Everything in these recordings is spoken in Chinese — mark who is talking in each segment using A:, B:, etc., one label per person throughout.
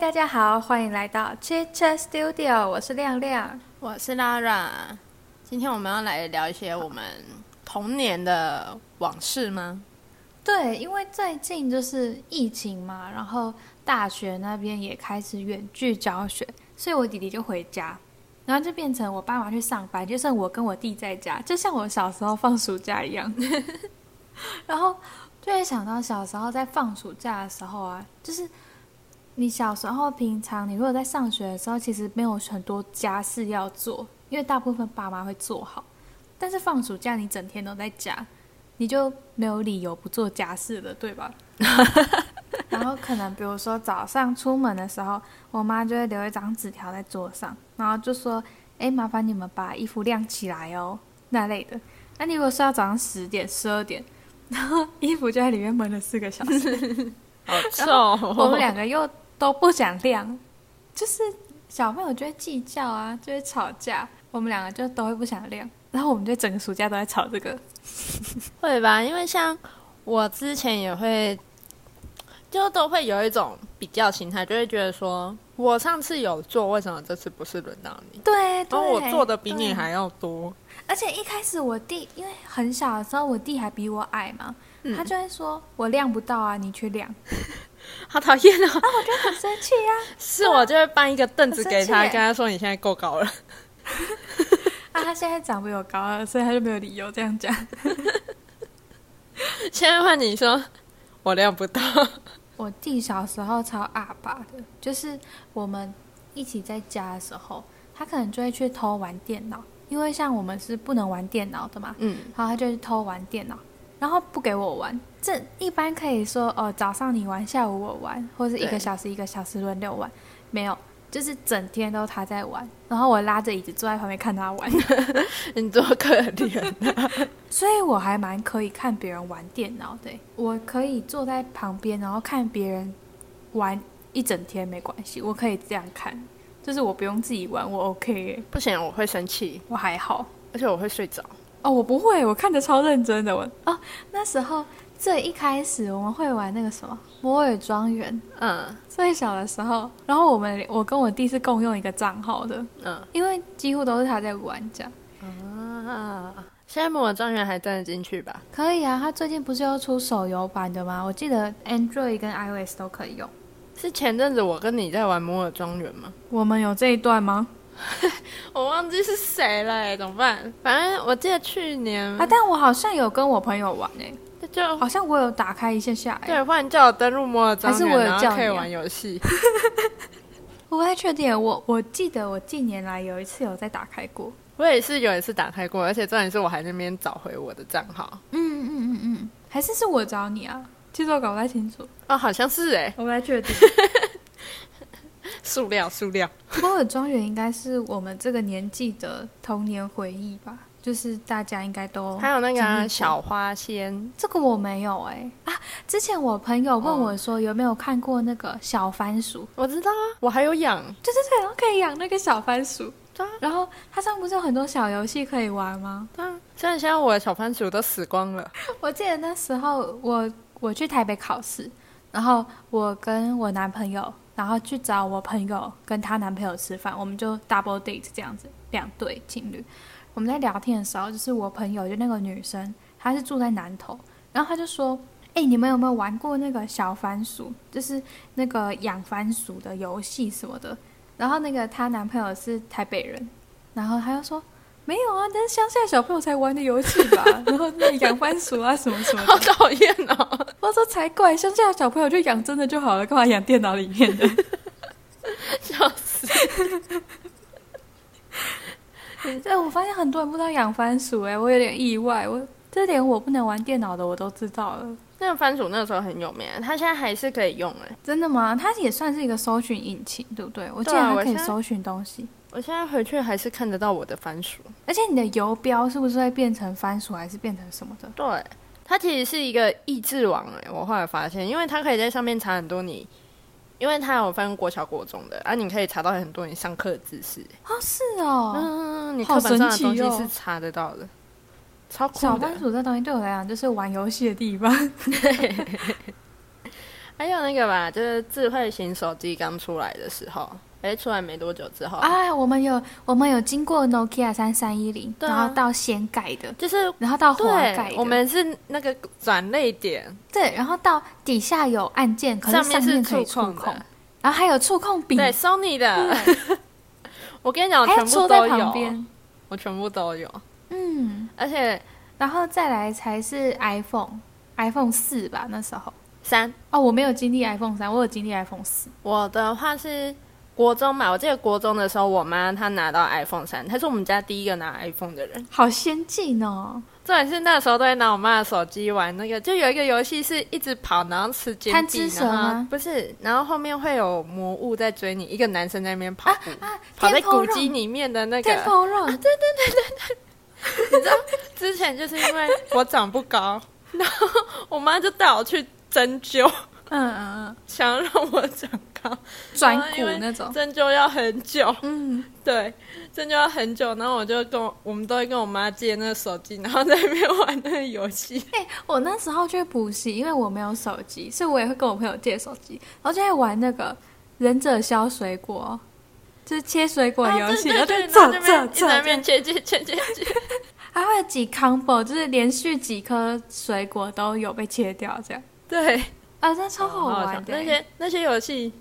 A: 大家好，欢迎来到 Chit Chat Studio，我是亮亮。
B: 我是 Lara，今天我们要来聊一些我们童年的往事吗？
A: 对，因为最近就是疫情嘛，然后大学那边也开始远距教学，所以我弟弟就回家，然后就变成我爸妈去上班，就剩我跟我弟在家，就像我小时候放暑假一样。 然后就会想到小时候在放暑假的时候啊，就是你小时候平常你如果在上学的时候，其实没有很多家事要做，因为大部分爸妈会做好，但是放暑假你整天都在家，你就没有理由不做家事了，对 吧？然后可能比如说早上出门的时候，我妈就会留一张纸条在桌上，然后就说：“哎，麻烦你们把衣服晾起来哦。”那类的。那你如果睡到早上十点、十二点，然后衣服就在里面闷了四个小时，
B: 好臭
A: 我们两个又都不想晾，就是小朋友就会计较啊，就会吵架，我们两个就都会不想晾，然后我们就整个暑假都在吵这个。
B: 会吧？因为像我之前也会，就都会有一种比较心态，就会觉得说我上次有做，为什么这次不是轮到你？
A: 对，对
B: 然后我做的比你
A: 对
B: 还要多，
A: 而且一开始我弟，因为很小的时候，我弟还比我矮嘛，他就会说：“我量不到啊，你去 量。
B: 好讨厌哦！”
A: 我就很生气啊呀、
B: 是我就会搬一个凳子 给
A: 很
B: 他，
A: 生气耶
B: 跟他说你现在够高了。
A: 啊！他现在长比我高了，所以他就没有理由这样讲。
B: 现在换你说，我量不到。
A: 我弟小时候超阿爸的，就是我们一起在家的时候，他可能就会去偷玩电脑，因为像我们是不能玩电脑的嘛，
B: 嗯，
A: 然后他就去偷玩电脑，然后不给我玩。这一般可以说，哦，早上你玩，下午我玩，或是一个
B: 对
A: 小时一个小时轮流玩，没有，就是整天都他在玩，然后我拉着椅子坐在旁边看他玩，
B: 你多可怜。
A: 所以我还蛮可以看别人玩电脑的欸，我可以坐在旁边，然后看别人玩一整天没关系，我可以这样看，就是我不用自己玩，我 OK，欸
B: 不行，我会生气，
A: 我还好。
B: 而且我会睡着。
A: 哦，我不会，我看着超认真的。我哦，那时候最一开始我们会玩那个什么摩尔庄园，
B: 嗯
A: 最小的时候，然后我们我跟我弟是共用一个账号的，
B: 嗯
A: 因为几乎都是他在玩这样。
B: 啊，现在摩尔庄园还站得进去吧？
A: 可以啊，他最近不是又出手游版的吗？我记得 Android 跟 iOS 都可以用。
B: 是前阵子我跟你在玩摩尔庄园吗？
A: 我们有这一段吗？
B: 我忘记是谁了、欸，怎么办？反正我记得去年
A: 啊，但我好像有跟我朋友玩诶、
B: 就
A: 好像我有打开一下下、欸，
B: 对，忽然叫哎我登录摩尔庄
A: 还是
B: 园，
A: 我有
B: 然
A: 叫
B: 后
A: 你
B: 可以
A: 啊
B: 玩游戏。
A: 我不太确定。欸我我记得我近年来有一次有在打开过。
B: 我也是有一次打开过，而且重点是我还在那边找回我的账号。
A: 嗯嗯嗯嗯，还是是我找你啊？其实我搞不太清楚，
B: 哦，好像是哎、
A: 我不太 确定。
B: 塑料塑料。
A: 摩尔庄园应该是我们这个年纪的童年回忆吧，就是大家应该都
B: 还有那个
A: 经历
B: 啊
A: 过
B: 小花仙，
A: 这个我没有哎、啊！之前我朋友问
B: 哦
A: 我说有没有看过那个小番薯，
B: 我知道啊，我还有养。
A: 就是对，然后可以养那个小番薯
B: 对啊。
A: 然后它上不是有很多小游戏可以玩吗？
B: 对啊，虽然现在我的小番薯都死光了。
A: 我记得那时候我我去台北考试，然后我跟我男朋友，然后去找我朋友跟她男朋友吃饭，我们就 double date 这样子，两对情侣。我们在聊天的时候，就是我朋友就那个女生，她是住在南头，然后她就说：“哎、你们有没有玩过那个小番薯？就是那个养番薯的游戏什么的？”然后那个她男朋友是台北人，然后她就说：“没有啊，但是乡下小朋友才玩的游戏吧？然后那养番薯啊什么什么的
B: 好。”讨厌哦！
A: 我说：“才怪，乡下小朋友就养真的就好了，干嘛养电脑里面 的？”
B: 笑死！
A: 对，我发现很多人不知道养番薯、哎，我有点意外，我这连我不能玩电脑的我都知道了。
B: 那个番薯那个时候很有名，欸它现在还是可以用哎。
A: 真的吗？它也算是一个搜寻引擎，对不对？我记得
B: 对啊
A: 它
B: 我
A: 可以
B: 现在
A: 搜寻东西，
B: 我现在回去还是看得到我的番薯。
A: 而且你的游标是不是会变成番薯，还是变成什么的？
B: 对，它其实是一个益智网哎，我后来发现，因为它可以在上面查很多你，因为它有分国小国中的，啊，你可以查到很多你上课的知识。
A: 哦，是哦。
B: 嗯，你
A: 好
B: 课本上的
A: 神
B: 东
A: 奇哦
B: 西是查得到的，超酷
A: 小
B: 的
A: 番。薯这东西对我来讲就是玩游戏的地方，
B: 还有那个吧，就是智慧型手机刚出来的时候，哎，出来没多久之后，
A: 哎，我们有我们有经过 Nokia 三三一零，
B: 对啊
A: 然后到掀盖的，
B: 就是
A: 然后到滑盖
B: 对
A: 的，，
B: 我们是那个转泪点，
A: 对，然后到底下有按键，可
B: 上
A: 是上
B: 是
A: 可以触
B: 控的，
A: 然后还有触控笔，
B: 对，Sony 的。 哎我跟你讲，我
A: 还
B: 全
A: 要
B: 部
A: 戳在
B: 都
A: 旁
B: 有，
A: 边，
B: 我全部都有，
A: 嗯，
B: 而且
A: 然后再来才是 iPhone，iPhone 四吧那时候。
B: 三，
A: 哦，我没有经历 iPhone 三，我有经历 iPhone 四。
B: 我的话是国中嘛，我记得国中的时候，我妈她拿到 iPhone 三，她是我们家第一个拿 iPhone 的人。
A: 好先进哦！
B: 重点是那时候都会拿我妈的手机玩那个，就有一个游戏是一直跑，然后吃金
A: 贪
B: 币，
A: 吃蛇
B: 然后
A: 吗
B: 不是，然后后面会有魔物在追你，一个男生在那边跑
A: 啊
B: 步，
A: 啊，
B: 跑在
A: Temple
B: 古迹里面的那
A: Run，
B: 个。啊
A: Temple Run，、
B: 之前就是因为我长不高， 然后我妈就带我去针灸，
A: 嗯嗯
B: 想要让我长高，
A: 嗯， 转
B: 哦然后因
A: 骨
B: 为
A: 那种，
B: 针灸要很久，
A: 嗯，
B: 对，针灸要很久，然后我就跟我我们都会跟我妈借那个手机，然后在那边玩那个 游戏。
A: 哎、我那时候去补习，因为我没有手机，所以我也会跟我朋友借手机，然后就在玩那个忍者削水果，就是切水果游戏，
B: 啊
A: 然后就
B: 对对
A: 走
B: 对然
A: 走
B: 后这边一直在
A: 走，
B: 那边切切切切切，
A: 还会有几 combo，就是连续几颗水果都有被切掉这样。
B: 对，
A: 啊，那超好
B: 哦好
A: 玩
B: 笑
A: 的、欸
B: 那些那些游戏，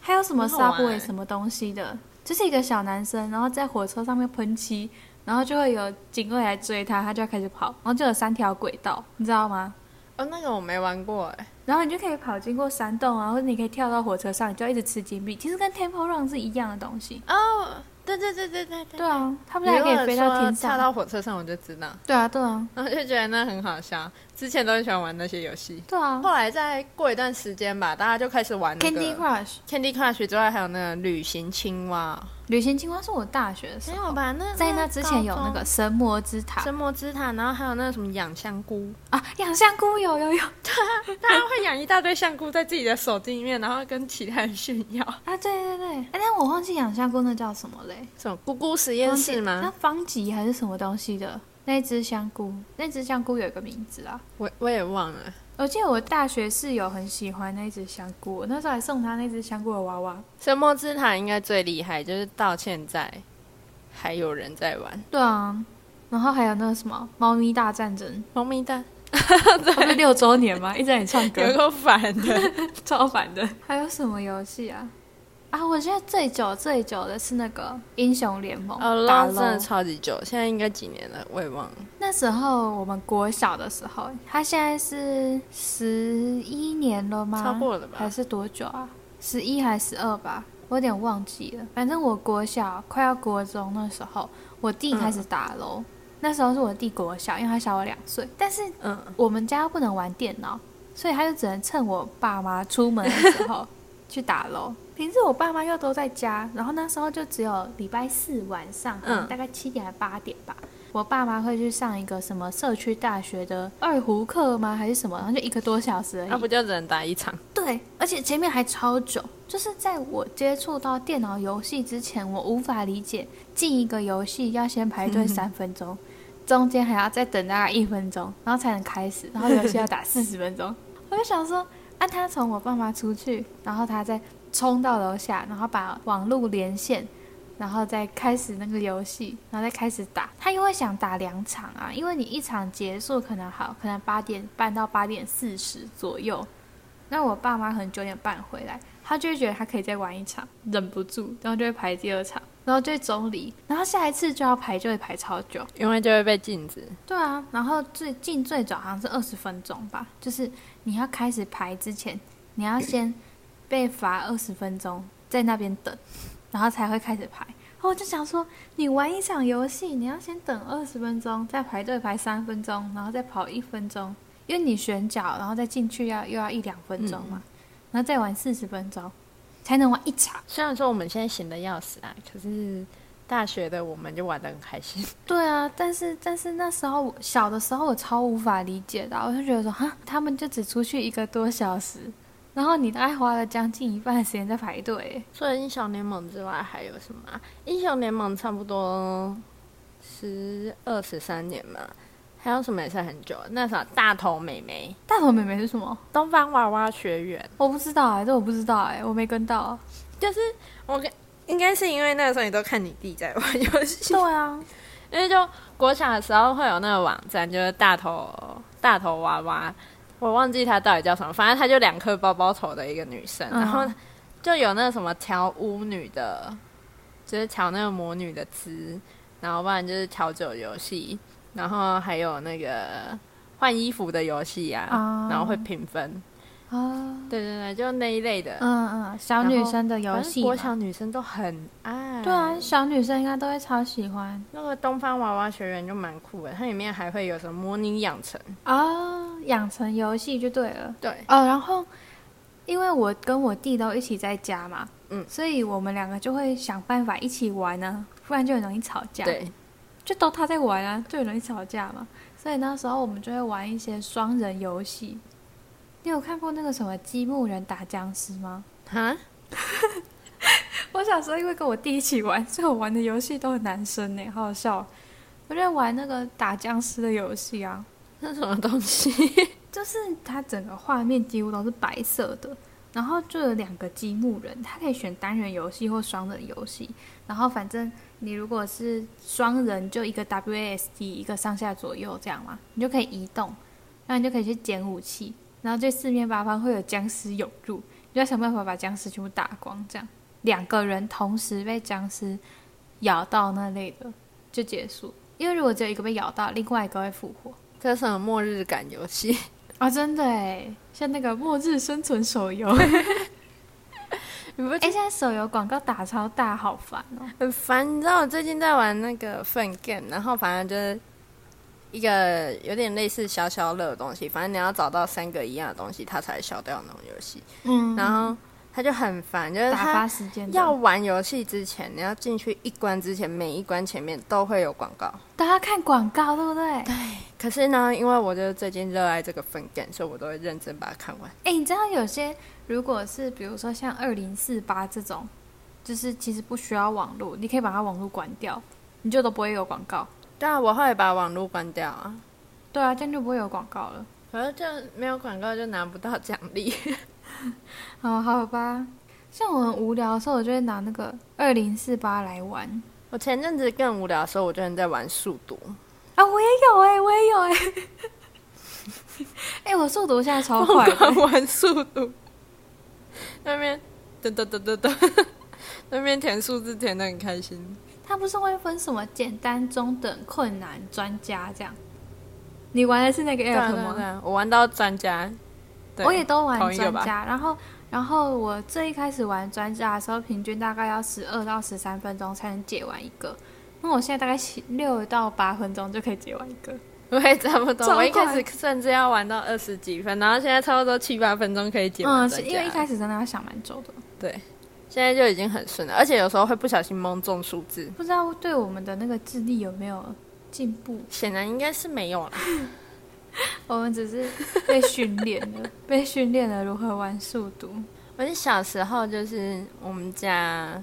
A: 还有什么
B: 很好玩
A: subway
B: 欸
A: 什么东西的，就是一个小男生，然后在火车上面喷漆，然后就会有警卫来追他，他就要开始跑，然后就有三条轨道，你知道吗？
B: 哦，那个我没玩过哎、
A: 然后你就可以跑经过山洞啊，或者你可以跳到火车上，你就要一直吃金币，其实跟 Temple Run 是一样的东西。
B: 哦，对对对对对对。
A: 对啊，他
B: 你
A: 们还
B: 如
A: 可
B: 果
A: 以飞到
B: 说
A: 天
B: 跳
A: 上。
B: 到火车上我就知道，
A: 对啊，对啊，
B: 然后就觉得那很好笑。之前都很喜欢玩那些游戏，
A: 对啊。
B: 后来再过一段时间吧，大家就开始玩那
A: Candy
B: 个
A: Crush
B: Candy Crush 之外，还有那个旅行青蛙。
A: 旅行青蛙是我大学的时
B: 没
A: 候
B: 有，吧？那
A: 在那之前有哎那个神魔之塔
B: 神魔之塔，然后还有那个什么养香菇，
A: 啊，养香菇有有有
B: 大家会养一大堆香菇在自己的手机里面，然后跟其他人炫耀。
A: 啊，对对对，哎，但我忘记养香菇那叫什么嘞。
B: 什么菇菇实验室
A: 那
B: 吗？
A: 方吉还是什么东西的那只香菇，那只香菇有一个名字啊。
B: 我我也忘了，
A: 我记得我大学室友很喜欢那只香菇，我那时候还送他那只香菇的娃娃。
B: 神魔之塔应该最厉害，就是到现在还有人在玩
A: 对啊，然后还有那个什么《猫咪大战 争
B: 猫咪蛋，》，
A: 它不是六周年吗？一直在你唱
B: 有
A: 歌，
B: 够烦 的。
A: 超烦的。还有什么游戏啊？啊，我觉得最久最久的是那个英雄联盟
B: 哦，
A: 打
B: 捞真的
A: LOL
B: 超级久，现在应该几年了，我也忘了。
A: 那时候我们国小的时候，他现在是十一年了吗？
B: 超过了
A: 啊
B: 吧
A: 还是多久啊？十一还是十二吧？我有点忘记了。反正我国小快要国中那时候，我弟开
B: 嗯
A: 始打喽。那时候是我弟国小，因为他小我两岁。但是
B: 嗯，
A: 我们家不能玩电脑，所以他就只能趁我爸妈出门的时候去打喽。平时我爸妈又都在家，然后那时候就只有礼拜四晚上，可能
B: 嗯
A: 大概七点还八点吧。我爸妈会去上一个什么社区大学的二胡课吗？还是什么？然后就一个多小时而已。
B: 啊那不就只能打一场？
A: 对，而且前面还超久，就是在我接触到电脑游戏之前，我无法理解进一个游戏要先排队三分钟，中间还要再等大概一分钟，然后才能开始，然后游戏要打四十分钟。我就想说，啊，他从我爸妈出去，然后他再冲到楼下，然后把网路连线。然后再开始那个游戏，然后再开始打。他又会想打两场啊，因为你一场结束可能好，可能八点半到八点四十左右，那我爸妈可能九点半回来，他就会觉得他可以再玩一场，忍不住，然后就会排第二场，然后就会中离，然后下一次就要排，就会排超久。
B: 因为就会被禁止。
A: 对啊，然后最近最早好像是二十分钟吧，就是你要开始排之前，你要先被罚二十分钟，在那边等，然后才会开始排。然后我就想说，你玩一场游戏，你要先等二十分钟，再排队排三分钟，然后再跑一分钟，因为你选角，然后再进去要又要一两分钟嘛，然后再玩四十分钟，才能玩一场。
B: 虽然说我们现在闲的要死啊，可是大学的我们就玩的很开心。
A: 对啊，但是但是那时候我小的时候我超无法理解的啊，我就觉得说哈，他们就只出去一个多小时，然后你大概花了将近一半的时间在排队耶，
B: 除了英雄联盟之外，还有什么、啊？英雄联盟差不多十二十三年嘛，还有什么也是很久？那啥大头美眉、
A: 大头妹妹是什么？
B: 东方娃娃学员，
A: 我不知道哎、这我不知道哎、我没跟到。
B: 就是我跟应该是因为那个时候你都看你弟在玩游戏，
A: 对啊，
B: 因为就国小的时候会有那个网站，就是大头大头娃娃，我忘记她到底叫什么，反正她就两颗包包头的一个女生，
A: 嗯
B: 然后就有那个什么调巫女的，就是调那个魔女的姿，然后不然就是调酒游戏，然后还有那个换衣服的游戏啊，
A: 啊
B: 然后会评分，
A: 啊，
B: 对对对，就那一类的。
A: 嗯嗯，小女生的游
B: 反正
A: 戏
B: 国
A: 嘛，
B: 小女生都很爱，
A: 对啊，小女生应该都会超喜欢
B: 那个东方娃娃学园就蛮酷的，它里面还会有什么模拟养成，
A: 啊，养成游戏就对了。
B: 对，
A: 哦，然后因为我跟我弟都一起在家嘛，
B: 嗯
A: 所以我们两个就会想办法一起玩呢、不然就很容易吵架。，
B: 对，
A: 就都他在玩啊，就很容易吵架嘛。所以那时候我们就会玩一些双人游戏。你有看过那个什么积木人打僵尸吗？
B: 哈，
A: 我小时候因为跟我弟一起玩， 所以我玩的游戏都很男生呢、好好笑哦。我就在玩那个打僵尸的游戏啊，
B: 那什么东西？
A: 就是它整个画面几乎都是白色的，然后就有两个积木人，它可以选单人游戏或双人游戏。然后反正你如果是双人，就一个 WASD 一个上下左右这样嘛，你就可以移动，然后你就可以去捡武器，然后这四面八方会有僵尸涌入，你就要想办法把僵尸全部打光，这样两个人同时被僵尸咬到那类的就结束。因为如果只有一个被咬到，另外一个会复活。
B: 这是什么末日感游 戏？
A: 啊、真的哎，像那个《末日生存》手游，
B: 你不
A: 哎，现在手游广告打超大，好烦哦。
B: 很烦？你知道我最近在玩那个 Fun Game，然后反正就是一个有点类似消消乐的东西，反正你要找到三个一样的东西，它才消掉那种游戏。
A: 嗯
B: 然后它就很烦，就是
A: 打
B: 它
A: 发时间的
B: 要玩游戏之前，你要进去一关之前，每一关前面都会有广告。
A: 大家看广告，对不对？
B: 可是呢，因为我就是最近热爱这个 Fun Game，所以我都会认真把它看完。
A: 哎，你知道有些如果是比如说像二零四八这种，就是其实不需要网络，你可以把它网络关掉，你就都不会有广告。
B: 对啊，我后来把网络关掉啊。
A: 对啊，这样就不会有广告了。
B: 可是就没有广告就拿不到奖励。
A: 哦，好吧。像我很无聊的时候，我就会拿那个二零四八来玩。
B: 我前阵子更无聊的时候，我就在玩速读，
A: 啊，我也有
B: 欸
A: 哎、我也有哎、 哎、我速读现在超快的，
B: 狂玩速读， 那边噔噔噔噔噔， 那边填数字填的很开心。
A: 它不是会分什么简单、中等、困难、专家这样？你玩的是那个
B: 对啊
A: app
B: 对啊对
A: 吗？
B: 啊，我玩到专家，对
A: 我也都玩
B: 同一个
A: 专
B: 吧
A: 家，然后然后我最一开始玩专家的时候，平均大概要十二到十三分钟才能解完一个。那我现在大概六到八分钟就可以解完一个，
B: 我也差不多。
A: 超快
B: 我一开始甚至要玩到二十几分，然后现在差不多七八分钟可以解完
A: 嗯，
B: 专
A: 是
B: 家。
A: 因为一开始真的要想蛮久的，
B: 对，现在就已经很顺了，而且有时候会不小心蒙中数字，
A: 不知道对我们的那个智力有没有进步？
B: 显然应该是没有了。
A: 我们只 是被训练了，被训练了如何玩速读。
B: 我是小时候就是我们家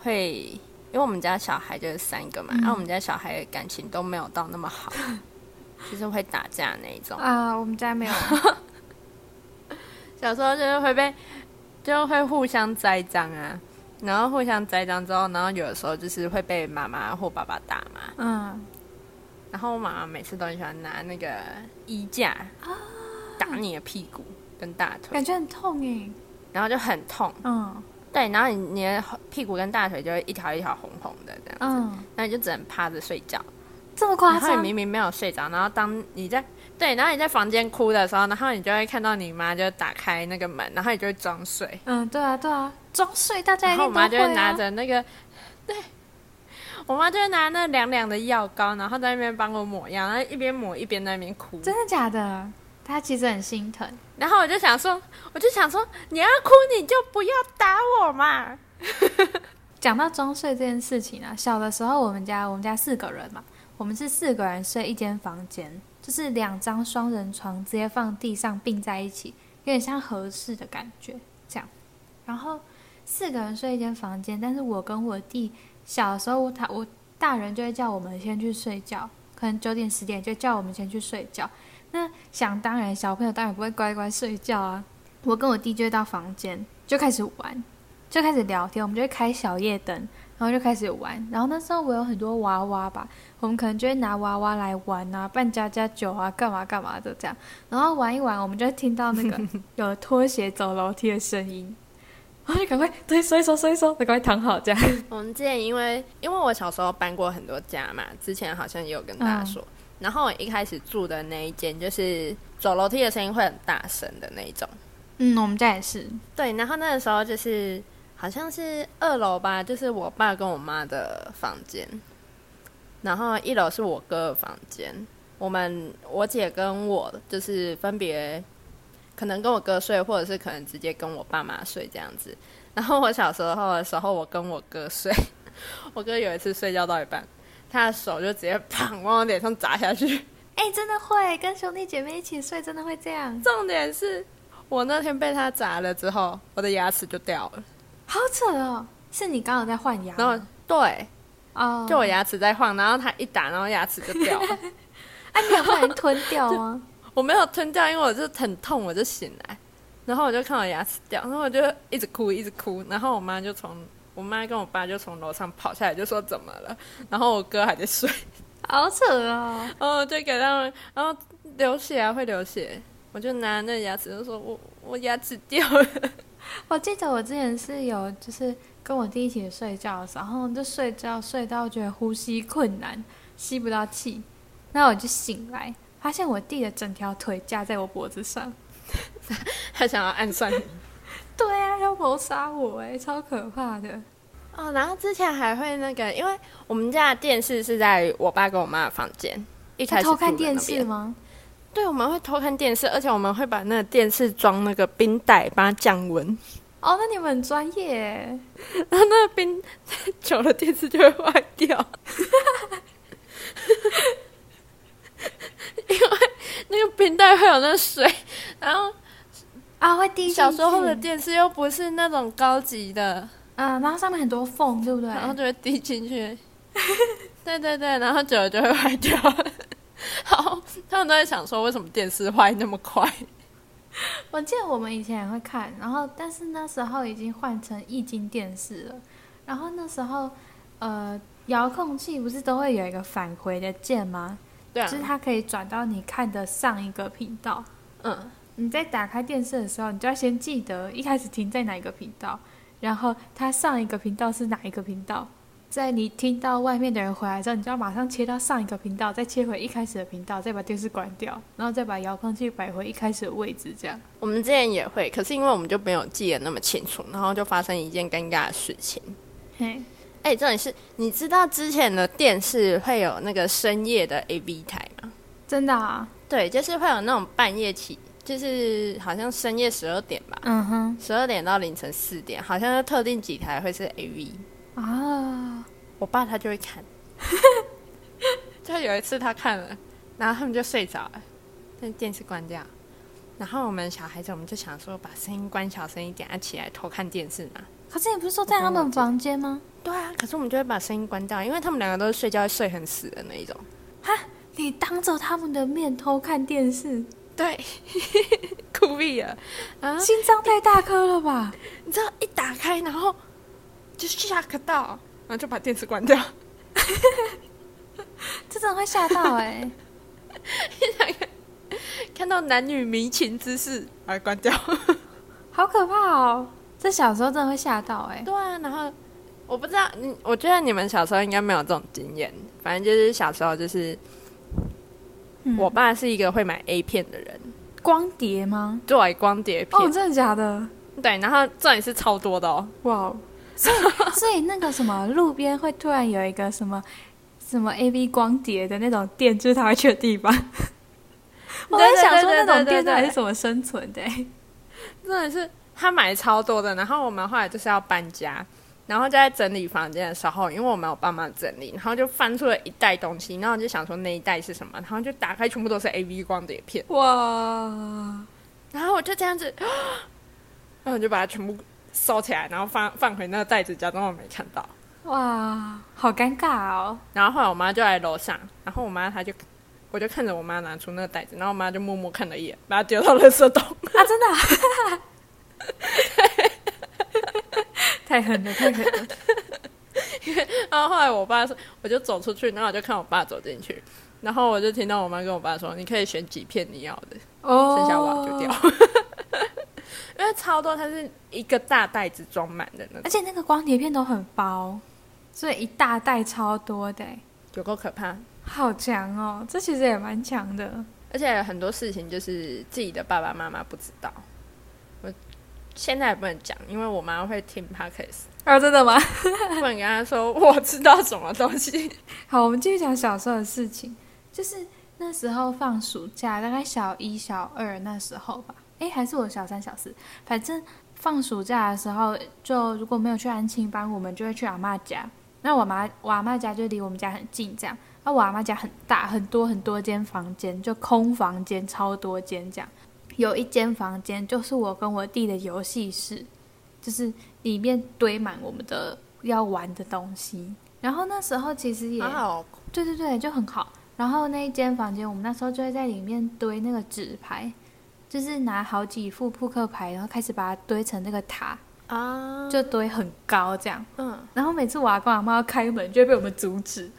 B: 会，因为我们家小孩就是三个嘛，然后、我们家小孩的感情都没有到那么好，就是会打架那一种。
A: 啊，我们家没有，
B: 小时候就是会被，就会互相栽赃啊，然后互相栽赃之后，然后有的时候就是会被妈妈或爸爸打嘛，
A: 嗯，
B: 然后我妈妈每次都很喜欢拿那个衣架打你的屁股跟大腿
A: 感，觉很痛诶。
B: 然后就很痛，
A: 嗯
B: 对，然后你你的屁股跟大腿就会一条一条红红的这样。
A: 嗯，
B: 那你就只能趴着睡觉。
A: 这么
B: 然
A: 夸
B: 后
A: 张
B: 你？明明没有睡着，然后当你在对，然后你在房间哭的时候，然后你就会看到你妈就打开那个门，然后你就会装睡，
A: 嗯，对啊对啊，装睡大家
B: 然
A: 一
B: 后我
A: 定都
B: 妈就会
A: 会
B: 拿
A: 啊。
B: 着那个，对我妈就会拿那凉凉的药膏，然后在那边帮我抹药，然后一边抹一边在那边哭。
A: 真的假的？他其实很心疼。
B: 然后我就想说，我就想说，你要哭你就不要打我嘛。
A: 讲到装睡这件事情啊，小的时候我们家我们家四个人嘛，我们是四个人睡一间房间，就是两张双人床直接放地上并在一起，有点像合适的感觉这样。然后四个人睡一间房间，但是我跟我弟小的时候他我大人就会叫我们先去睡觉，可能九点十点就叫我们先去睡觉。那想当然，小朋友当然不会乖乖睡觉啊。我跟我弟就会到房间就开始玩，就开始聊天，我们就会开小夜灯，然后就开始玩。然后那时候我有很多娃娃吧，我们可能就会拿娃娃来玩啊，扮家家酒啊，干嘛干嘛的这样。然后玩一玩，我们就会听到那个有拖鞋走楼梯的声音，然后就赶快对收一收收一收，赶快躺好这样。
B: 我们之前因为因为我小时候搬过很多家嘛，之前好像也有跟大家说。然后我一开始住的那一间，就是走楼梯的声音会很大声的那一种。
A: 嗯，我们家也是，
B: 对，然后那个时候就是好像是二楼吧，就是我爸跟我妈的房间，然后一楼是我哥的房间。我们我姐跟我就是分别可能跟我哥睡，或者是可能直接跟我爸妈睡这样子。然后我小时候的时候，我跟我哥睡， 我哥有一次睡觉到一半，他的手就直接砰往我脸上砸下去。
A: 哎、真的会跟兄弟姐妹一起睡，真的会这样，
B: 重点是我那天被他砸了之后，我的牙齿就掉了。
A: 好扯哦！是你刚好在换牙吗，
B: 然后对，
A: 哦，
B: 就我牙齿在晃，然后他一打，然后牙齿就掉 了。
A: 哎、你有把人吞掉吗？
B: 我没有吞掉，因为我就很痛，我就醒来，然后我就看我牙齿掉，然后我就一直哭，一直哭。然后我妈就从我妈跟我爸就从楼上跑下来，就说怎么了？然后我哥还在睡，
A: 好扯哦！
B: 然后我就给他们，然后流血啊，会流血。我就拿那牙齿就说我我牙齿掉了，
A: 我记得我之前是有，就是跟我弟一起睡觉的时候，然后就睡觉睡到觉得呼吸困难，吸不到气，那我就醒来，发现我弟的整条腿架在我脖子上。
B: 他想要暗算你。
A: 对啊，要谋杀我哎、超可怕的。
B: 哦，然后之前还会那个，因为我们家的电视是在我爸跟我妈的房间，一开始
A: 偷看
B: 住的
A: 电
B: 那边
A: 视吗？
B: 对，我们会偷看电视，而且我们会把那个电视装那个冰袋，把它降温。
A: 哦，那你们很专业欸。
B: 然后那个冰久了，电视就会坏掉。 因为那个冰袋会有那水，然后
A: 啊，会滴进去
B: 小时候的电视又不是那种高级的，
A: 啊，然后上面很多缝，对不对？
B: 然后就会滴进去。 对对对，然后久了就会坏掉。 然后他们都在想说，为什么电视坏那么快？
A: 我记得我们以前也会看，然后但是那时候已经换成液晶电视了，然后那时候呃遥控器不是都会有一个返回的键吗？
B: 对啊
A: 就，是它可以转到你看的上一个频道。
B: 嗯，
A: 你在打开电视的时候，你就要先记得一开始停在哪一个频道，然后它上一个频道是哪一个频道。在你听到外面的人回来之后，你就要马上切到上一个频道，再切回一开始的频道，再把电视关掉，然后再把遥控器摆回一开始的位置，这样。
B: 我们之前也会，可是因为我们就没有记得那么清楚，然后就发生一件尴尬的事情。
A: 嘿，
B: 哎、重点是，你知道之前的电视会有那个深夜的 A V 台吗？
A: 真的啊，
B: 对，就是会有那种半夜起，就是好像深夜十二点吧，
A: 嗯哼，
B: 十二点到凌晨四点，好像就特定几台会是 A V。
A: 啊，
B: 我爸他就会看， 就有一次他看了，然后他们就睡着了，但电视关掉。然后我们小孩子，我们就想说把声音关小声一点，啊，起来偷看电视嘛。
A: 可是你不是说在他们房间吗？
B: 对啊，可是我们就会把声音关掉，因为他们两个都是睡觉会睡很死的那一种。
A: 你当着他们的面偷看电视，
B: 对， 酷毙了！啊，
A: 心脏太大颗了吧？
B: 你知道一打开，然后就 shock 到，然后就把电视关掉。
A: 这真的会吓到哎、
B: 看到男女迷情之事，而关掉。
A: 好可怕哦！这小时候真的会吓到哎、
B: 对啊，然后我不知道，嗯，我觉得你们小时候应该没有这种经验。反正就是小时候，就是、
A: 嗯
B: 我爸是一个会买 A 片的人，
A: 光碟吗？
B: 对，光碟片，
A: 哦，真的假的？
B: 对，然后这里是超多的哦。
A: 哇哦！所以所以那个什么路边会突然有一个什么什么 A B 光碟的那种店，就是他会去的地 方。我在想说那种店到底是怎么生存的、欸？
B: 真的是他买超多的，然后我们后来就是要搬家，然后就在整理房间的时候，因为我们有帮忙整理，然后就翻出了一袋东西，然后我就想说那一袋是什么，然后就打开全部都是 A V 光碟片，
A: 哇！
B: 然后我就这样子，然后我就把它全部收起来，然后放放回那个袋子，假装我没看到。
A: 哇，好尴尬哦！
B: 然后后来我妈就来楼上，然后我妈她就，我就看着我妈拿出那个袋子，然后我妈就默默看了一眼，把它丢到垃圾桶。
A: 啊，真的啊、 太狠了，太狠了！
B: 然后后来我爸说，我就走出去，然后我就看我爸走进去，然后我就听到我妈跟我爸说：“你可以选几片你要的，
A: 哦，
B: 剩下我要丢掉。 因为超多，它是一个大袋子装满的那种，
A: 而且那个光碟片都很薄，所以一大袋超多的欸，
B: 有够可怕。
A: 好强哦！这其实也蛮强的。
B: 而且很多事情就是自己的爸爸妈妈不知道，我现在也不能讲，因为我妈会听 podcast，
A: 啊，真的吗？
B: 不能跟她说我知道什么东 西。
A: 好，我们继续讲小时候的事情，就是那时候放暑假，大概小一、小二那时候吧，诶，还是我小三、小四，反正放暑假的时候，就如果没有去安亲班，我们就会去阿嬷家。那我妈我阿嬷家就离我们家很近，这样。啊那我阿嬷家很大，很多很多间房间，就空房间超多间这样。有一间房间就是我跟我弟的游戏室，就是里面堆满我们的要玩的东西。然后那时候其实也
B: 好好，
A: 对对对，就很好。然后那一间房间，我们那时候就会在里面堆那个纸牌，就是拿好几副扑克牌，然后开始把它堆成那个塔，
B: 啊，
A: 就堆很高这样。
B: 嗯，
A: 然后每次我阿公阿妈要开门，就会被我们阻止，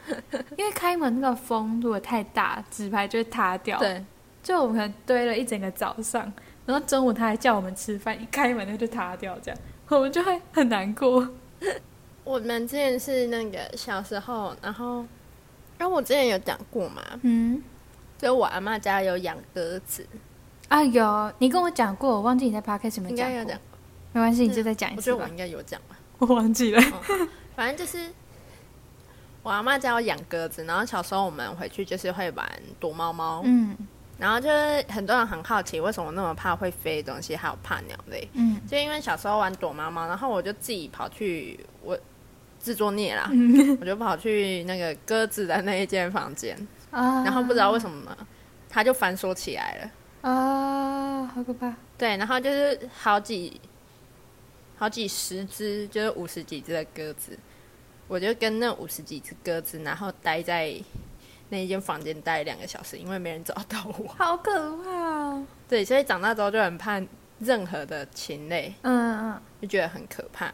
A: 因为开门那个风如果太大，纸牌就会塌掉。，
B: 对，
A: 就我们可能堆了一整个早上，然后中午他还叫我们吃饭，一开门它就塌掉，这样我们就会很难过。
B: 我们之前是那个小时候，然后，然后我之前有讲过嘛，
A: 嗯，
B: 就我阿妈家有养鸽子，
A: 啊有，你跟我讲过，我忘记你在 podcast 有没
B: 应
A: 有
B: 该
A: 讲
B: 有
A: 过
B: 讲，，
A: 没关系，你就再讲一
B: 我觉
A: 次
B: 得我
A: 吧。
B: 应该有讲吧，
A: 我 忘记了。
B: 反正就是。我阿妈家有养鸽子，然后小时候我们回去就是会玩躲猫猫，
A: 嗯
B: 然后就是很多人很好奇，为什么那么怕会飞的东西，还有怕鸟类？
A: 嗯
B: 就因为小时候玩躲猫猫，然后我就自己跑去我自作孽啦，
A: 嗯
B: 我就跑去那个鸽子的那一间房间，
A: 啊，
B: 然后不知道为什么它就反锁起来了。
A: 啊，好可怕。
B: 对，然后就是好几好几十只，就是五十几只的鸽子，我就跟那五十几只鸽子，然后待在那一间房间待两个小时，因为没人找到我。
A: 好可怕哦！
B: 对，所以长大之后就很怕任何的禽类，
A: 嗯嗯
B: 就觉得很可怕。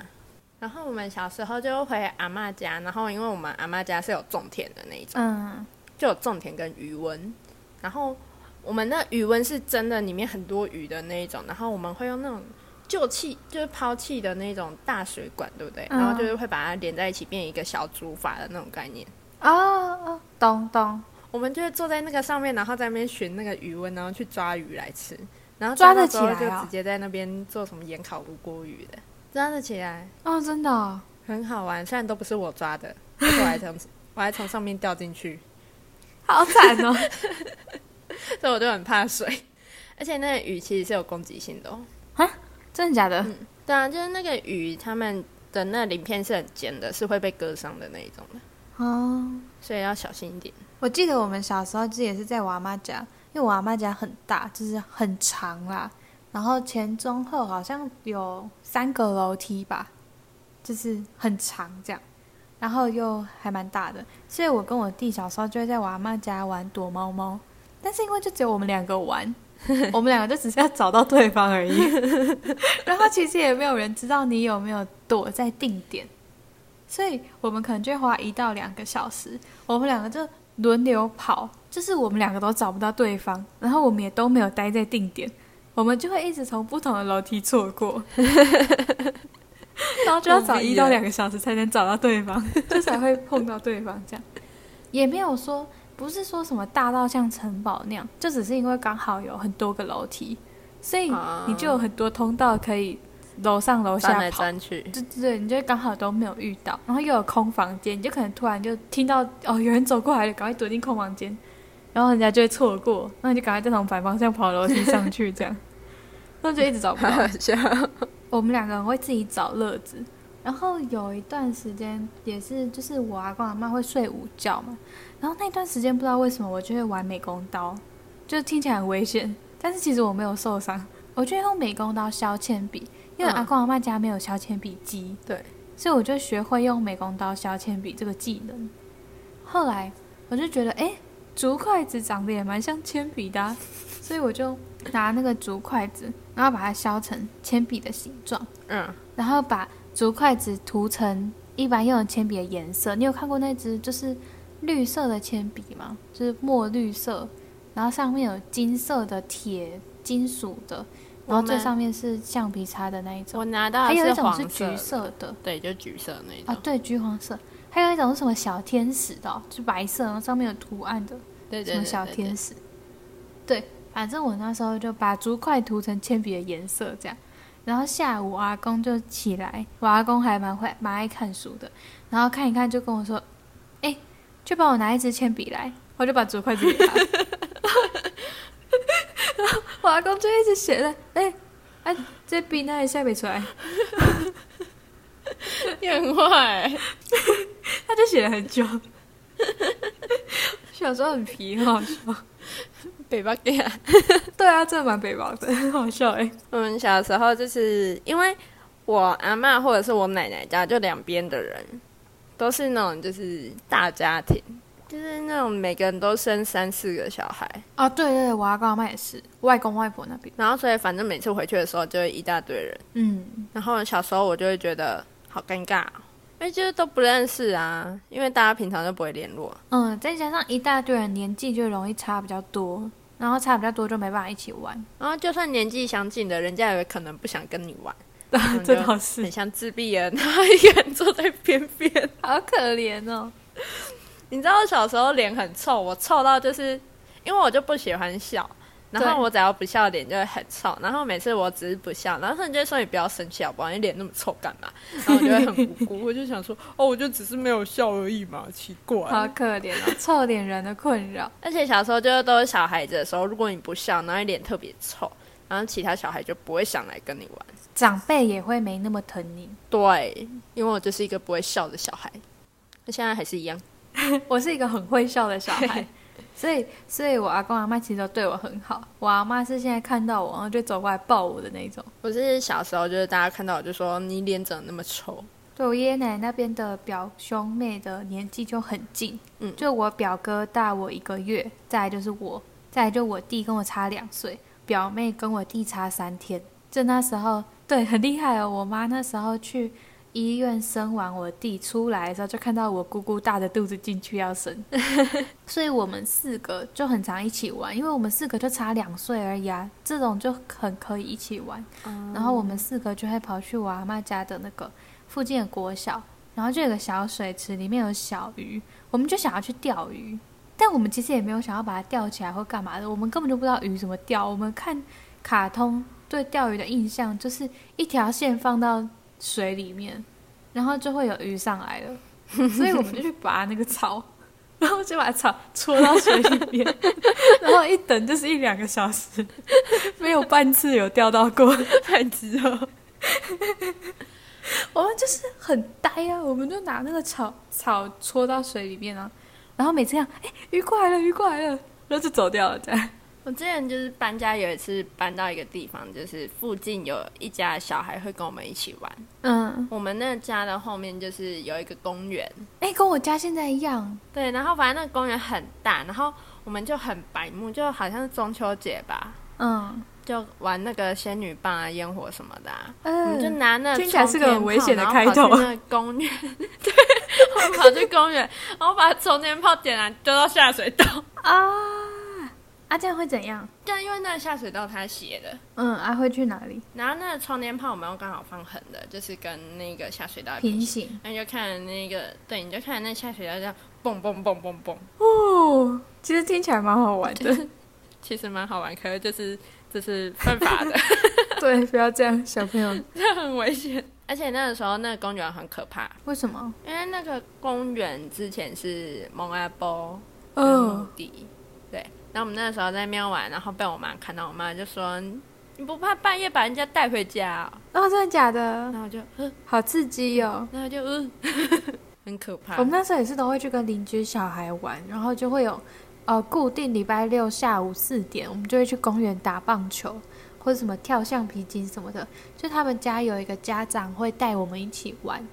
B: 然后我们小时候就回阿嬷家，然后因为我们阿嬷家是有种田的那一种，
A: 嗯，
B: 就有种田跟鱼温。然后我们那鱼温是真的里面很多鱼的那一种，然后我们会用那种旧气，就是抛弃的那种大水管，对不对？
A: 嗯
B: 然后就是会把它连在一起，变一个小竹筏的那种概念。
A: 哦哦，懂懂，
B: 我们就会坐在那个上面，然后在那边寻那个鱼温，然后去抓鱼来吃。然后
A: 抓得
B: 到之后
A: 起来哦
B: 就直接在那边做什么盐烤无锅鱼的，抓得起来，
A: 哦，真的哦，
B: 很好玩。虽然都不是我抓的，但是我还从 我还从上面掉进去，
A: 好惨哦。
B: 所以我就很怕水。而且那个鱼其实是有攻击性的、哦。
A: 真的假的？
B: 对啊，就是那个鱼，它们的那鳞片是很尖的，是会被割伤的那一种的，
A: 哦，
B: 所以要小心一点。
A: 我记得我们小时候这也是在我阿妈家，因为我阿妈家很大，就是很长啦。然后前中后好像有三个楼梯吧，就是很长这样，然后又还蛮大的，所以我跟我弟小时候就会在我阿妈家玩躲猫猫，但是因为就只有我们两个玩， 我们两个就只是要找到对方而已， 然后其实也没有人知道你有没有躲在定点，所以我们可能就会花一到两个小时，我们两个就轮流跑，就是我们两个都找不到对方，然后我们也都没有待在定点，我们就会一直从不同的楼梯错过，然后就要找一到两个小时才能找到对方， 就才会碰到对方这样。也没有说不是说什么大到像城堡那样，就只是因为刚好有很多个楼梯，所以
B: 啊
A: 你就有很多通道可以楼上楼
B: 钻
A: 下
B: 来
A: 跑。
B: 钻 去，
A: 对对对，你就会刚好都没有遇到，然后又有空房间，你就可能突然就听到哦有人走过来了，赶快躲进空房间，然后人家就会错过，那你就赶快再从反方向跑楼梯上去，这样， 那就一直找不到。
B: 好笑。
A: 我们两个人会自己找乐子。然后有一段时间也是，就是我阿公阿妈会睡午觉嘛，然后那段时间不知道为什么我就会玩美工刀，就听起来很危险，但是其实我没有受伤，我就用美工刀削铅笔，因为
B: 嗯
A: 阿公阿妈家没有削铅笔机，
B: 对，
A: 所以我就学会用美工刀削铅笔这个技能。后来我就觉得，哎，竹筷子长得也蛮像铅笔的啊、所以我就拿那个竹筷子，然后把它削成铅笔的形状，
B: 嗯，
A: 然后把竹筷子涂成一般用的铅笔的颜色。你有看过那支就是绿色的铅笔吗？就是墨绿色，然后上面有金色的铁金属的，然后
B: 我
A: 最
B: 们
A: 上面是橡皮擦的那一种，
B: 我拿到
A: 还
B: 的
A: 有一种
B: 黄
A: 是
B: 色
A: 橘，色的。
B: 对，就橘色那一种
A: 啊，，对，橘黄色，还有一种是什么小天使的哦、就白色，然后上面有图案的，
B: 对对
A: 什么
B: 对，
A: 小
B: 对
A: 天，使。对，反正我那时候就把竹筷涂成铅笔的颜色这样。然后下午我阿公就起来，我阿公还蛮会蛮爱看书的，然后看一看就跟我说：“哎，去帮我拿一支铅笔来。”我就把竹筷子给他，然后我阿公就一直写着：“哎，哎、这笔那也下不出来。”
B: 对 你很坏，
A: 他就写了很久。 小时候很皮，很好笑。
B: 北巴给啊。
A: 对啊，真的蛮北方的，很好笑哎、
B: 我们嗯小时候就是因为我阿嬷或者是我奶奶家，就两边的人都是那种就是大家庭，就是那种每个人都生三四个小孩，
A: 哦，对对对，我阿公阿妈也是，外公外婆那边。
B: 然后所以反正每次回去的时候就会一大堆人。
A: 嗯，
B: 然后小时候我就会觉得好尴尬哦、因为就是都不认识啊，因为大家平常就不会联络。
A: 嗯，再加上一大堆人年纪就容易差比较多，然后差比较多就没办法一起 玩。
B: 然后就算年纪相近的，人家也可能不想跟你玩，然后就很
A: 是，
B: 像自闭人，然后一个人坐在边边。
A: 好可怜哦。
B: 你知道我小时候脸很臭，我臭到就是因为我就不喜欢笑，然后
A: 对
B: 我只要不笑脸就会很臭，然后每次我只是不笑，然后他们就会说你不要生气好不好？你脸那么臭干嘛？然后我就会很无辜，我就想说哦，我就只是没有笑而已嘛，奇
A: 好
B: 怪。
A: 可怜哦，臭脸人的困扰。
B: 而且小时候就是都是小孩子的时候，如果你不笑，然后你脸特别臭，然后其他小孩就不会想来跟你玩。
A: 长辈也会没那么疼 你。
B: 对，因为我就是一个不会笑的小孩，那现在还是一样。
A: 我是一个很会笑的小 孩，所以所以我阿公阿妈其实都对我很好。我阿妈是现在看到我，然后就走过来抱我的那种。
B: 我是小时候就是大家看到我就说你脸怎么那么臭，
A: 对我爷爷奶奶那边的表兄妹的年纪就很近，
B: 嗯
A: 就我表哥大我一个月，再来就是我，再来就我弟跟我差两岁，表妹跟我弟差三天。就那时候，对，很厉害哦。我妈那时候去医院生完我弟出来的时候，就看到我姑姑大着肚子进去要生，所以我们四个就很常一起玩，因为我们四个就差两岁而已啊，这种就很可以一起玩。然后我们四个就会跑去我阿妈家的那个附近的国小，然后就有个小水池，里面有小鱼，我们就想要去钓鱼，但我们其实也没有想要把它钓起来或干嘛的，我们根本就不知道鱼怎么钓。我们看卡通对钓鱼的印象就是一条线放到水里面，然后就会有鱼上来了，所以我们就去拔那个草。 然后就把草戳到水里面， 然后一等就是一两个小时，没有半次有钓到过。
B: 太直了。
A: 我们就是很呆啊，我们就拿那个草草戳到水里面啊，然后每次这样，哎，鱼过来了，鱼过来了，然后就走掉了，这样。
B: 我之前就是搬家，有一次搬到一个地方，就是附近有一家小孩会跟我们一起玩。
A: 嗯，
B: 我们那家的后面就是有一个公园，
A: 哎，跟我家现在一样，
B: 对，然后反正那个公园很大，然后我们就很白目，就好像是中秋节吧，
A: 嗯，
B: 就玩那个仙女棒啊、烟火什么的、啊。我们就
A: 嗯，
B: 拿那
A: 听起来是个很危险的开头
B: 头。然后跑去那个公园， 对，我们跑去公园，然后把充电炮点燃，丢到下水道。
A: 啊啊，这样会怎样？
B: 但因为那个下水道它斜的，
A: 嗯，啊，会去哪里？
B: 然后那个充电炮我们又刚好放横的，就是跟那个下水道的
A: 平
B: 行。
A: 行
B: 那你就看那个，对，你就看那下水道这样蹦蹦蹦蹦蹦，
A: 哦，其实听起来蛮好玩 的。
B: 其实蛮好玩，可是就是这是犯 法的，
A: 对，不要这样，小朋友。
B: 这很危险。而且那个时候那个公园很可怕，
A: 为什么？
B: 因为那个公园之前是蒙阿波跟墓
A: 嗯，
B: 地，对。然后我们那时候在那边玩，然后被我妈看到，我妈就说：“你不怕半夜把人家带回家、哦
A: 哦，真的假？”的？
B: 然后我就，呃
A: 好刺激哦！
B: 然后就，嗯、 很可怕。
A: 我们那时候也是都会去跟邻居小孩玩，然后就会有呃固定礼拜六下午四点，我们就会去公园打棒球或者什么跳橡皮筋什么的。就他们家有一个家长会带我们一起玩，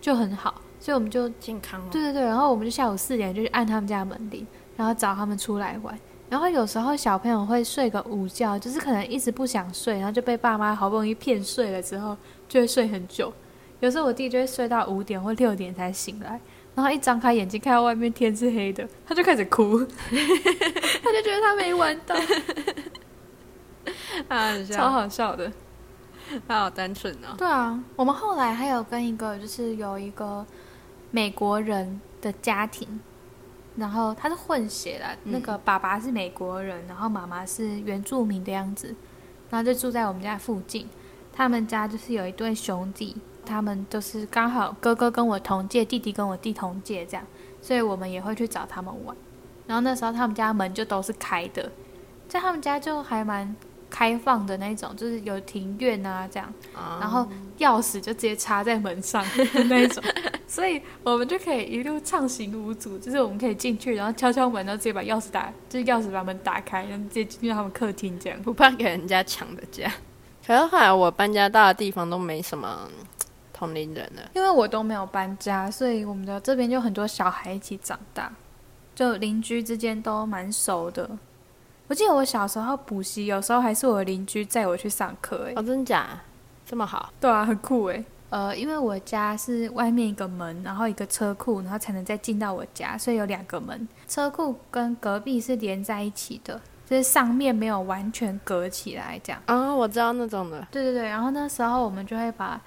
A: 就很好，所以我们就
B: 健康哦。
A: 对对对，然后我们就下午四点就去按他们家的门铃，然后找他们出来玩。然后有时候小朋友会睡个午觉，就是可能一直不想睡，然后就被爸妈好不容易骗睡了之后，就会睡很久。有时候我弟就会睡到五点或六点才醒来，然后一张开眼睛看到外面天是黑的，他就开始哭， 他就觉得他没玩到，
B: 啊，很像
A: 超好笑的。
B: 他好单纯哦。
A: 对啊，我们后来还有跟一个就是有一个美国人的家庭，然后他是混血啦，
B: 嗯
A: 那个爸爸是美国人，然后妈妈是原住民的样子，然后就住在我们家附近。他们家就是有一对兄弟，他们就是刚好哥哥跟我同届，弟弟跟我弟同届这样，所以我们也会去找他们玩。然后那时候他们家门就都是开的，在他们家就还蛮开放的那种，就是有庭院啊这样。
B: 啊
A: 然后钥匙就直接插在门上的那一种，所以我们就可以一路畅行无阻，就是我们可以进去，然后敲敲门，然后直接把钥匙打，就是钥匙把门打开，然后直接进去他们客厅这样。
B: 不怕给人家抢的家。可是后来我搬家到的地方都没什么嗯同龄人了。
A: 因为我都没有搬家，所以我们的这边就很多小孩一起长大，就邻居之间都蛮熟的。我记得我小时候补习，有时候还是我的邻居载我去上课、欸，
B: 哦，真假？这么好？
A: 对啊，很酷诶。呃，因为我家是外面一个门，然后一个车库，然后才能再进到我家，所以有两个门。车库跟隔壁是连在一起的，就是上面没有完全隔起来这样。
B: 哦，我知道那种的。
A: 对对对，然后那时候我们就会把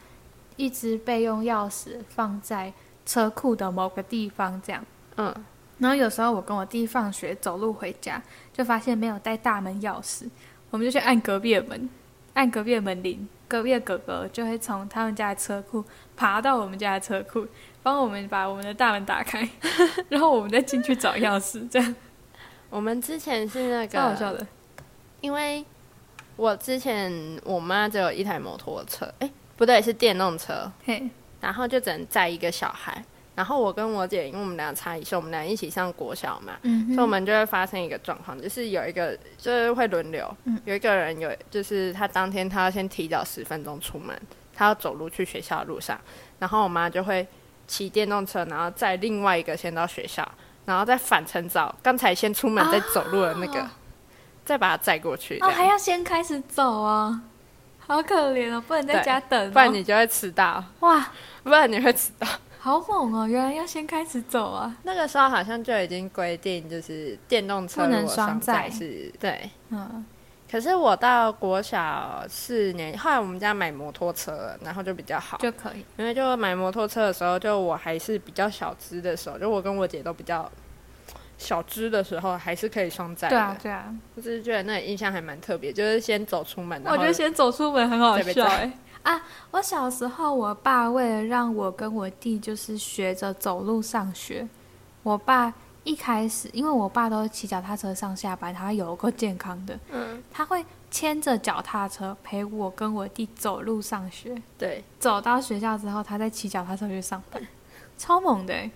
A: 一只备用钥匙放在车库的某个地方这样。
B: 嗯，
A: 然后有时候我跟我弟放学走路回家，就发现没有带大门钥匙，我们就去按隔壁的门，按隔壁的门铃，隔壁的哥哥就会从他们家的车库爬到我们家的车库，帮我们把我们的大门打开， 然后我们再进去找钥匙，这样
B: 我们之前是 那
A: 超好笑
B: 个，
A: 的。
B: 因为我之前我妈只有一台摩托车，哎、不对，是电动车，
A: 嘿，
B: 然后就只能载一个小孩。然后我跟我姐，因为我们俩差一岁，我们俩一起上国小嘛，
A: 嗯
B: 所以我们就会发生一个状况，就是有一个就是会轮流，
A: 嗯
B: 有一个人有就是他当天他要先提早十分钟出门，他要走路去学校的路上，然后我妈就会骑电动车，然后载另外一个先到学校，然后再返程找刚才先出门再走路的那个，
A: 哦
B: 再把他载过去，这
A: 哦，
B: 样
A: 还要先开始走啊、好可怜哦，不能在
B: 对
A: 家等、哦，
B: 不然你就会迟到，
A: 哇，
B: 不然你会迟到。
A: 好猛哦，原来要先开始走啊。
B: 那个时候好像就已经规定，就是电动车
A: 不能
B: 如果
A: 双
B: 双载
A: 载
B: 是对，
A: 嗯，
B: 可是我到国小四年，后来我们家买摩托车了，然后就比较好，
A: 就可以。
B: 因为就买摩托车的时候，就我还是比较小只的时候，就我跟我姐都比较小只的时候，还是可以双载的。
A: 对啊，对啊。
B: 我只是觉得那印象还蛮特别，就是先走出门，然
A: 我
B: 后
A: 觉得先走出门很好
B: 再被
A: 笑
B: 抓
A: 哎、啊！我小时候，我爸为了让我跟我弟就是学着走路上学，我爸一开始，因为我爸都骑脚踏车上下班，他有够健康的，
B: 嗯，
A: 他会牵着脚踏车陪我跟我弟走路上学，
B: 对，
A: 走到学校之后，他再骑脚踏车去上班，超猛的、欸。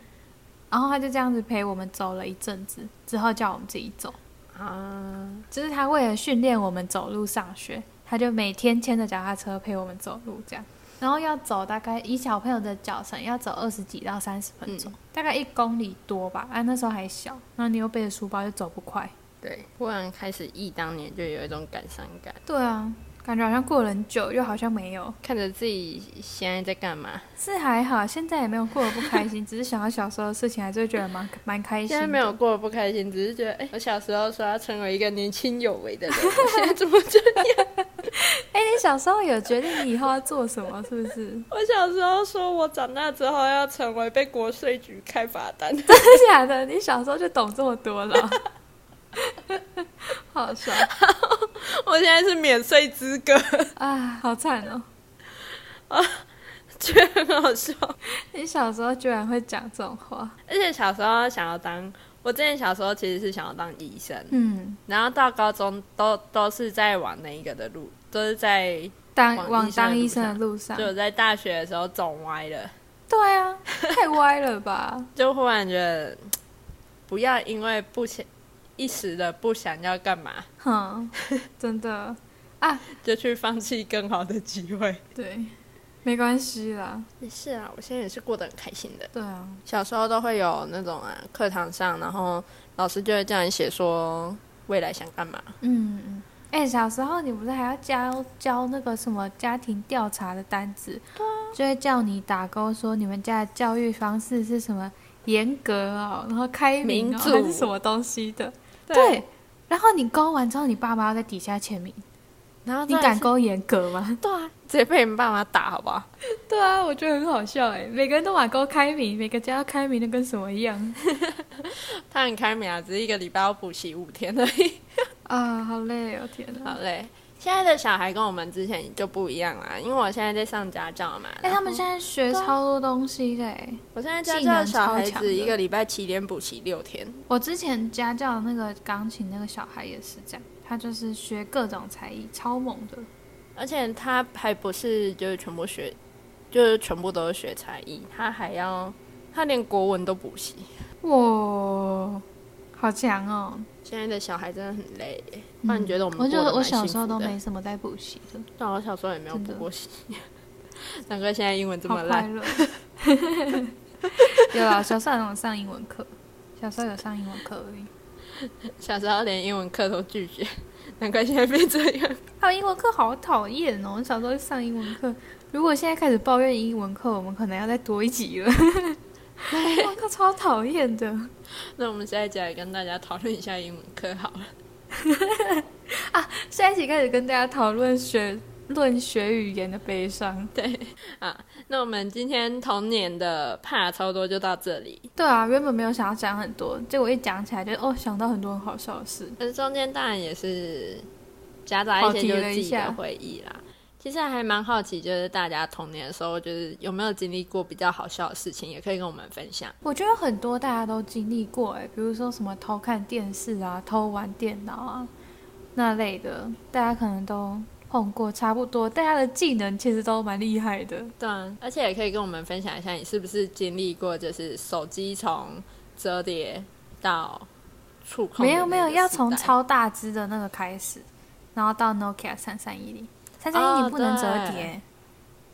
A: 然后他就这样子陪我们走了一阵子，之后叫我们自己走。
B: 啊，
A: 就是他为了训练我们走路上学，他就每天牵着脚踏车陪我们走路这样。然后要走大概以小朋友的脚程要走二十几到三十分
B: 嗯
A: 钟，大概一公里多吧。啊，那时候还小，然后你又背着书包又走不快。
B: 对，忽然开始忆当年，就有一种感伤感，
A: 对啊，感觉好像过了很久，又好像没有。
B: 看着自己现在在干嘛，
A: 是还好，现在也没有过得不开心，只是想到小时候的事情，还是会觉得蛮蛮开心的。
B: 现在没有过得不开心，只是觉得，哎、我小时候说要成为一个年轻有为 的人，我现在怎么这样？
A: 哎、你小时候有决定你以后要做什么，是不是？ 真
B: 我小时候说我长大之后要成为被国税局开罚单，
A: 的假的？你小时候就懂这么多了， 好爽。
B: 我现在是免税资格，
A: 啊，好惨哦！
B: 觉得很好笑。
A: 你小时候居然会讲这种话，
B: 而且小时候想要当，我之前小时候其实是想要当医生，
A: 嗯，
B: 然后到高中都都是在往那一个的路，都是在
A: 当
B: 往
A: 往
B: 医生的
A: 当
B: 路
A: 医生的
B: 上
A: 路上，
B: 就我在大学的时候走歪了，
A: 对啊，太歪了 吧？
B: 就忽然觉得不要因为不想一时的不想要干嘛，
A: 哼，真的，
B: 就去放弃更好的机会。
A: 对，没关系啦。
B: 也是啊，我现在也是过得很开心的。
A: 对啊，
B: 小时候都会有那种啊，课堂上，然后老师就会叫你写说未来想干嘛。
A: 嗯嗯。哎、小时候你不是还要交交那个什么家庭调查的单子？对啊就会叫你打勾说你们家的教育方式是什么严格哦，然后开明哦，
B: 民主
A: 还是什么东西的？对。然后你勾完之后，你爸妈要在底下签名，
B: 然后
A: 你
B: 再来
A: 敢
B: 是？
A: 勾严格吗？
B: 对啊，直接被你爸妈打，好不好？
A: 对啊，我觉得很好笑哎，每个人都把勾开明，每个家要开明的跟什么一样
B: 他很开明啊，只是一个礼拜要补习五天而已。
A: 啊，好累哦，天哪！
B: 好嘞，现在的小孩跟我们之前就不一样啦，因为我现在在上家教嘛。
A: 哎、
B: 然后
A: 他们现在学超多东西的哎。
B: 我现在家
A: 技
B: 教
A: 能
B: 的小
A: 超
B: 孩
A: 强
B: 子
A: 的
B: 一个礼拜七天补习六天，
A: 我之前家教的那个钢琴那个小孩也是这样，他就是学各种才艺，超猛的。
B: 而且他还不是就是全部学，就是全部都是学才艺，他还要他连国文都补习。
A: 哇，好强哦！
B: 现在的小孩真的很累耶，那、你觉得我们
A: 嗯我觉得
B: 过得
A: 我
B: 蛮
A: 小
B: 幸
A: 时候
B: 福
A: 都
B: 的啊
A: 没，什么在补习 的，
B: 但我小时候也没有
A: 真
B: 补
A: 的
B: 过习，难怪现在英文这
A: 好
B: 么
A: 快
B: 烂。
A: 乐。 有啊，小时候有上英文课，小时候有上英文课而已。
B: 小时候连英文课都拒绝， 难怪现在变这样。
A: 还啊有英文课好讨厌哦！我小时候上英文课，如果现在开始抱怨英文课，我们可能要再多一集 了。英文课超讨厌的。
B: 那我们下一集来跟大家讨论一下英文课好了。
A: 下一集开始跟大家讨论学论学语言的悲伤。
B: 那我们今天童年的怕差不多就到这里，
A: 对啊，原本没有想要讲很多，结果一讲起来就哦，想到很多很好笑的事。
B: 但是中间当然也是夹杂一些就是自己的回忆啦。其实还蛮好奇，就是大家童年的时候，就是有没有经历过比较好笑的事情，也可以跟我们分享。
A: 我觉得很多大家都经历过、欸，比如说什么偷看电视啊、偷玩电脑啊那类的，大家可能都碰过，差不多。大家的技能其实都蛮厉害的。
B: 对啊，而且也可以跟我们分享一下，你是不是经历过就是手机从折叠到触控
A: 没
B: 的那个时代？
A: 有没有，要从超大只的那个开始，然后到 Nokia 三三一零，三三一
B: 哦
A: 零不能折
B: 对
A: 叠。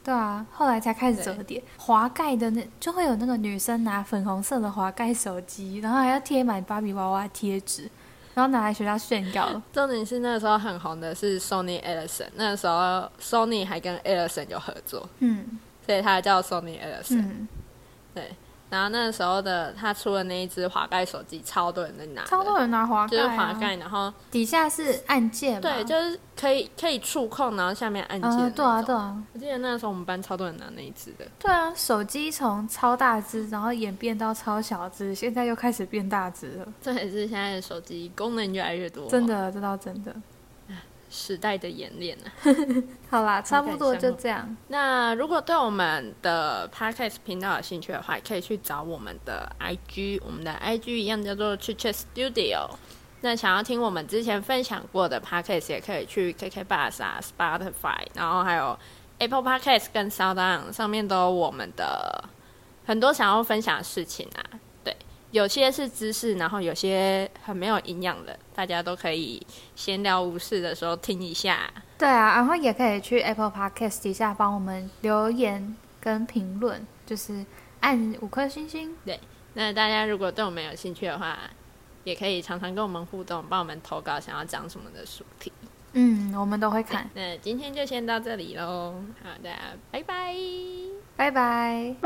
A: 对啊，后来才开始折叠，滑盖的那就会有那个女生拿粉红色的滑盖手机，然后还要贴满芭比娃娃贴纸，然后拿来学校炫耀。
B: 重点是那个时候很红的是 Sony Ericsson，那个时候 Sony 还跟 Ericsson 有合作，
A: 嗯
B: 所以它叫 Sony Ericsson、
A: 嗯，
B: 然后那个时候的它出的那一只滑盖手机，超多人在拿的，
A: 超多人拿滑
B: 就
A: 盖、啊，
B: 是滑盖，然后
A: 底下是按键嘛，
B: 对，就是可以可以触控，然后下面按键、
A: 啊，对啊对。啊
B: 我记得那个时候我们班超多人拿那一只的，
A: 对啊，手机从超大只，然后演变到超小只，现在又开始变大只了，
B: 这也是现在的手机功能越来越多，
A: 真的，这倒真的。
B: 时代的演练啊。
A: 好啦，差不多
B: 感伤
A: 就
B: 哦
A: 这样。
B: 那如果对我们的 podcast 频道有兴趣的话，也可以去找我们的 IG，我们的 IG 一样叫做 c h i c h Studio。那想要听我们之前分享过的 podcast，也可以去 KK Bus 啊、Spotify，然后还有 Apple Podcast 跟 Sound On 上面都有我们的很多想要分享的事情啊。对，有些是知识，然后有些很没有营养的，大家都可以闲聊无事的时候听一下。
A: 对啊，然后也可以去 Apple Podcast 底下帮我们留言跟评论，就是按五颗星星。
B: 那大家如果对我们有兴趣的话，也可以常常跟我们互动，帮我们投稿想要讲什么的书题。
A: 嗯，我们都会看。
B: 那今天就先到这里喽，好的，拜拜。
A: 拜拜。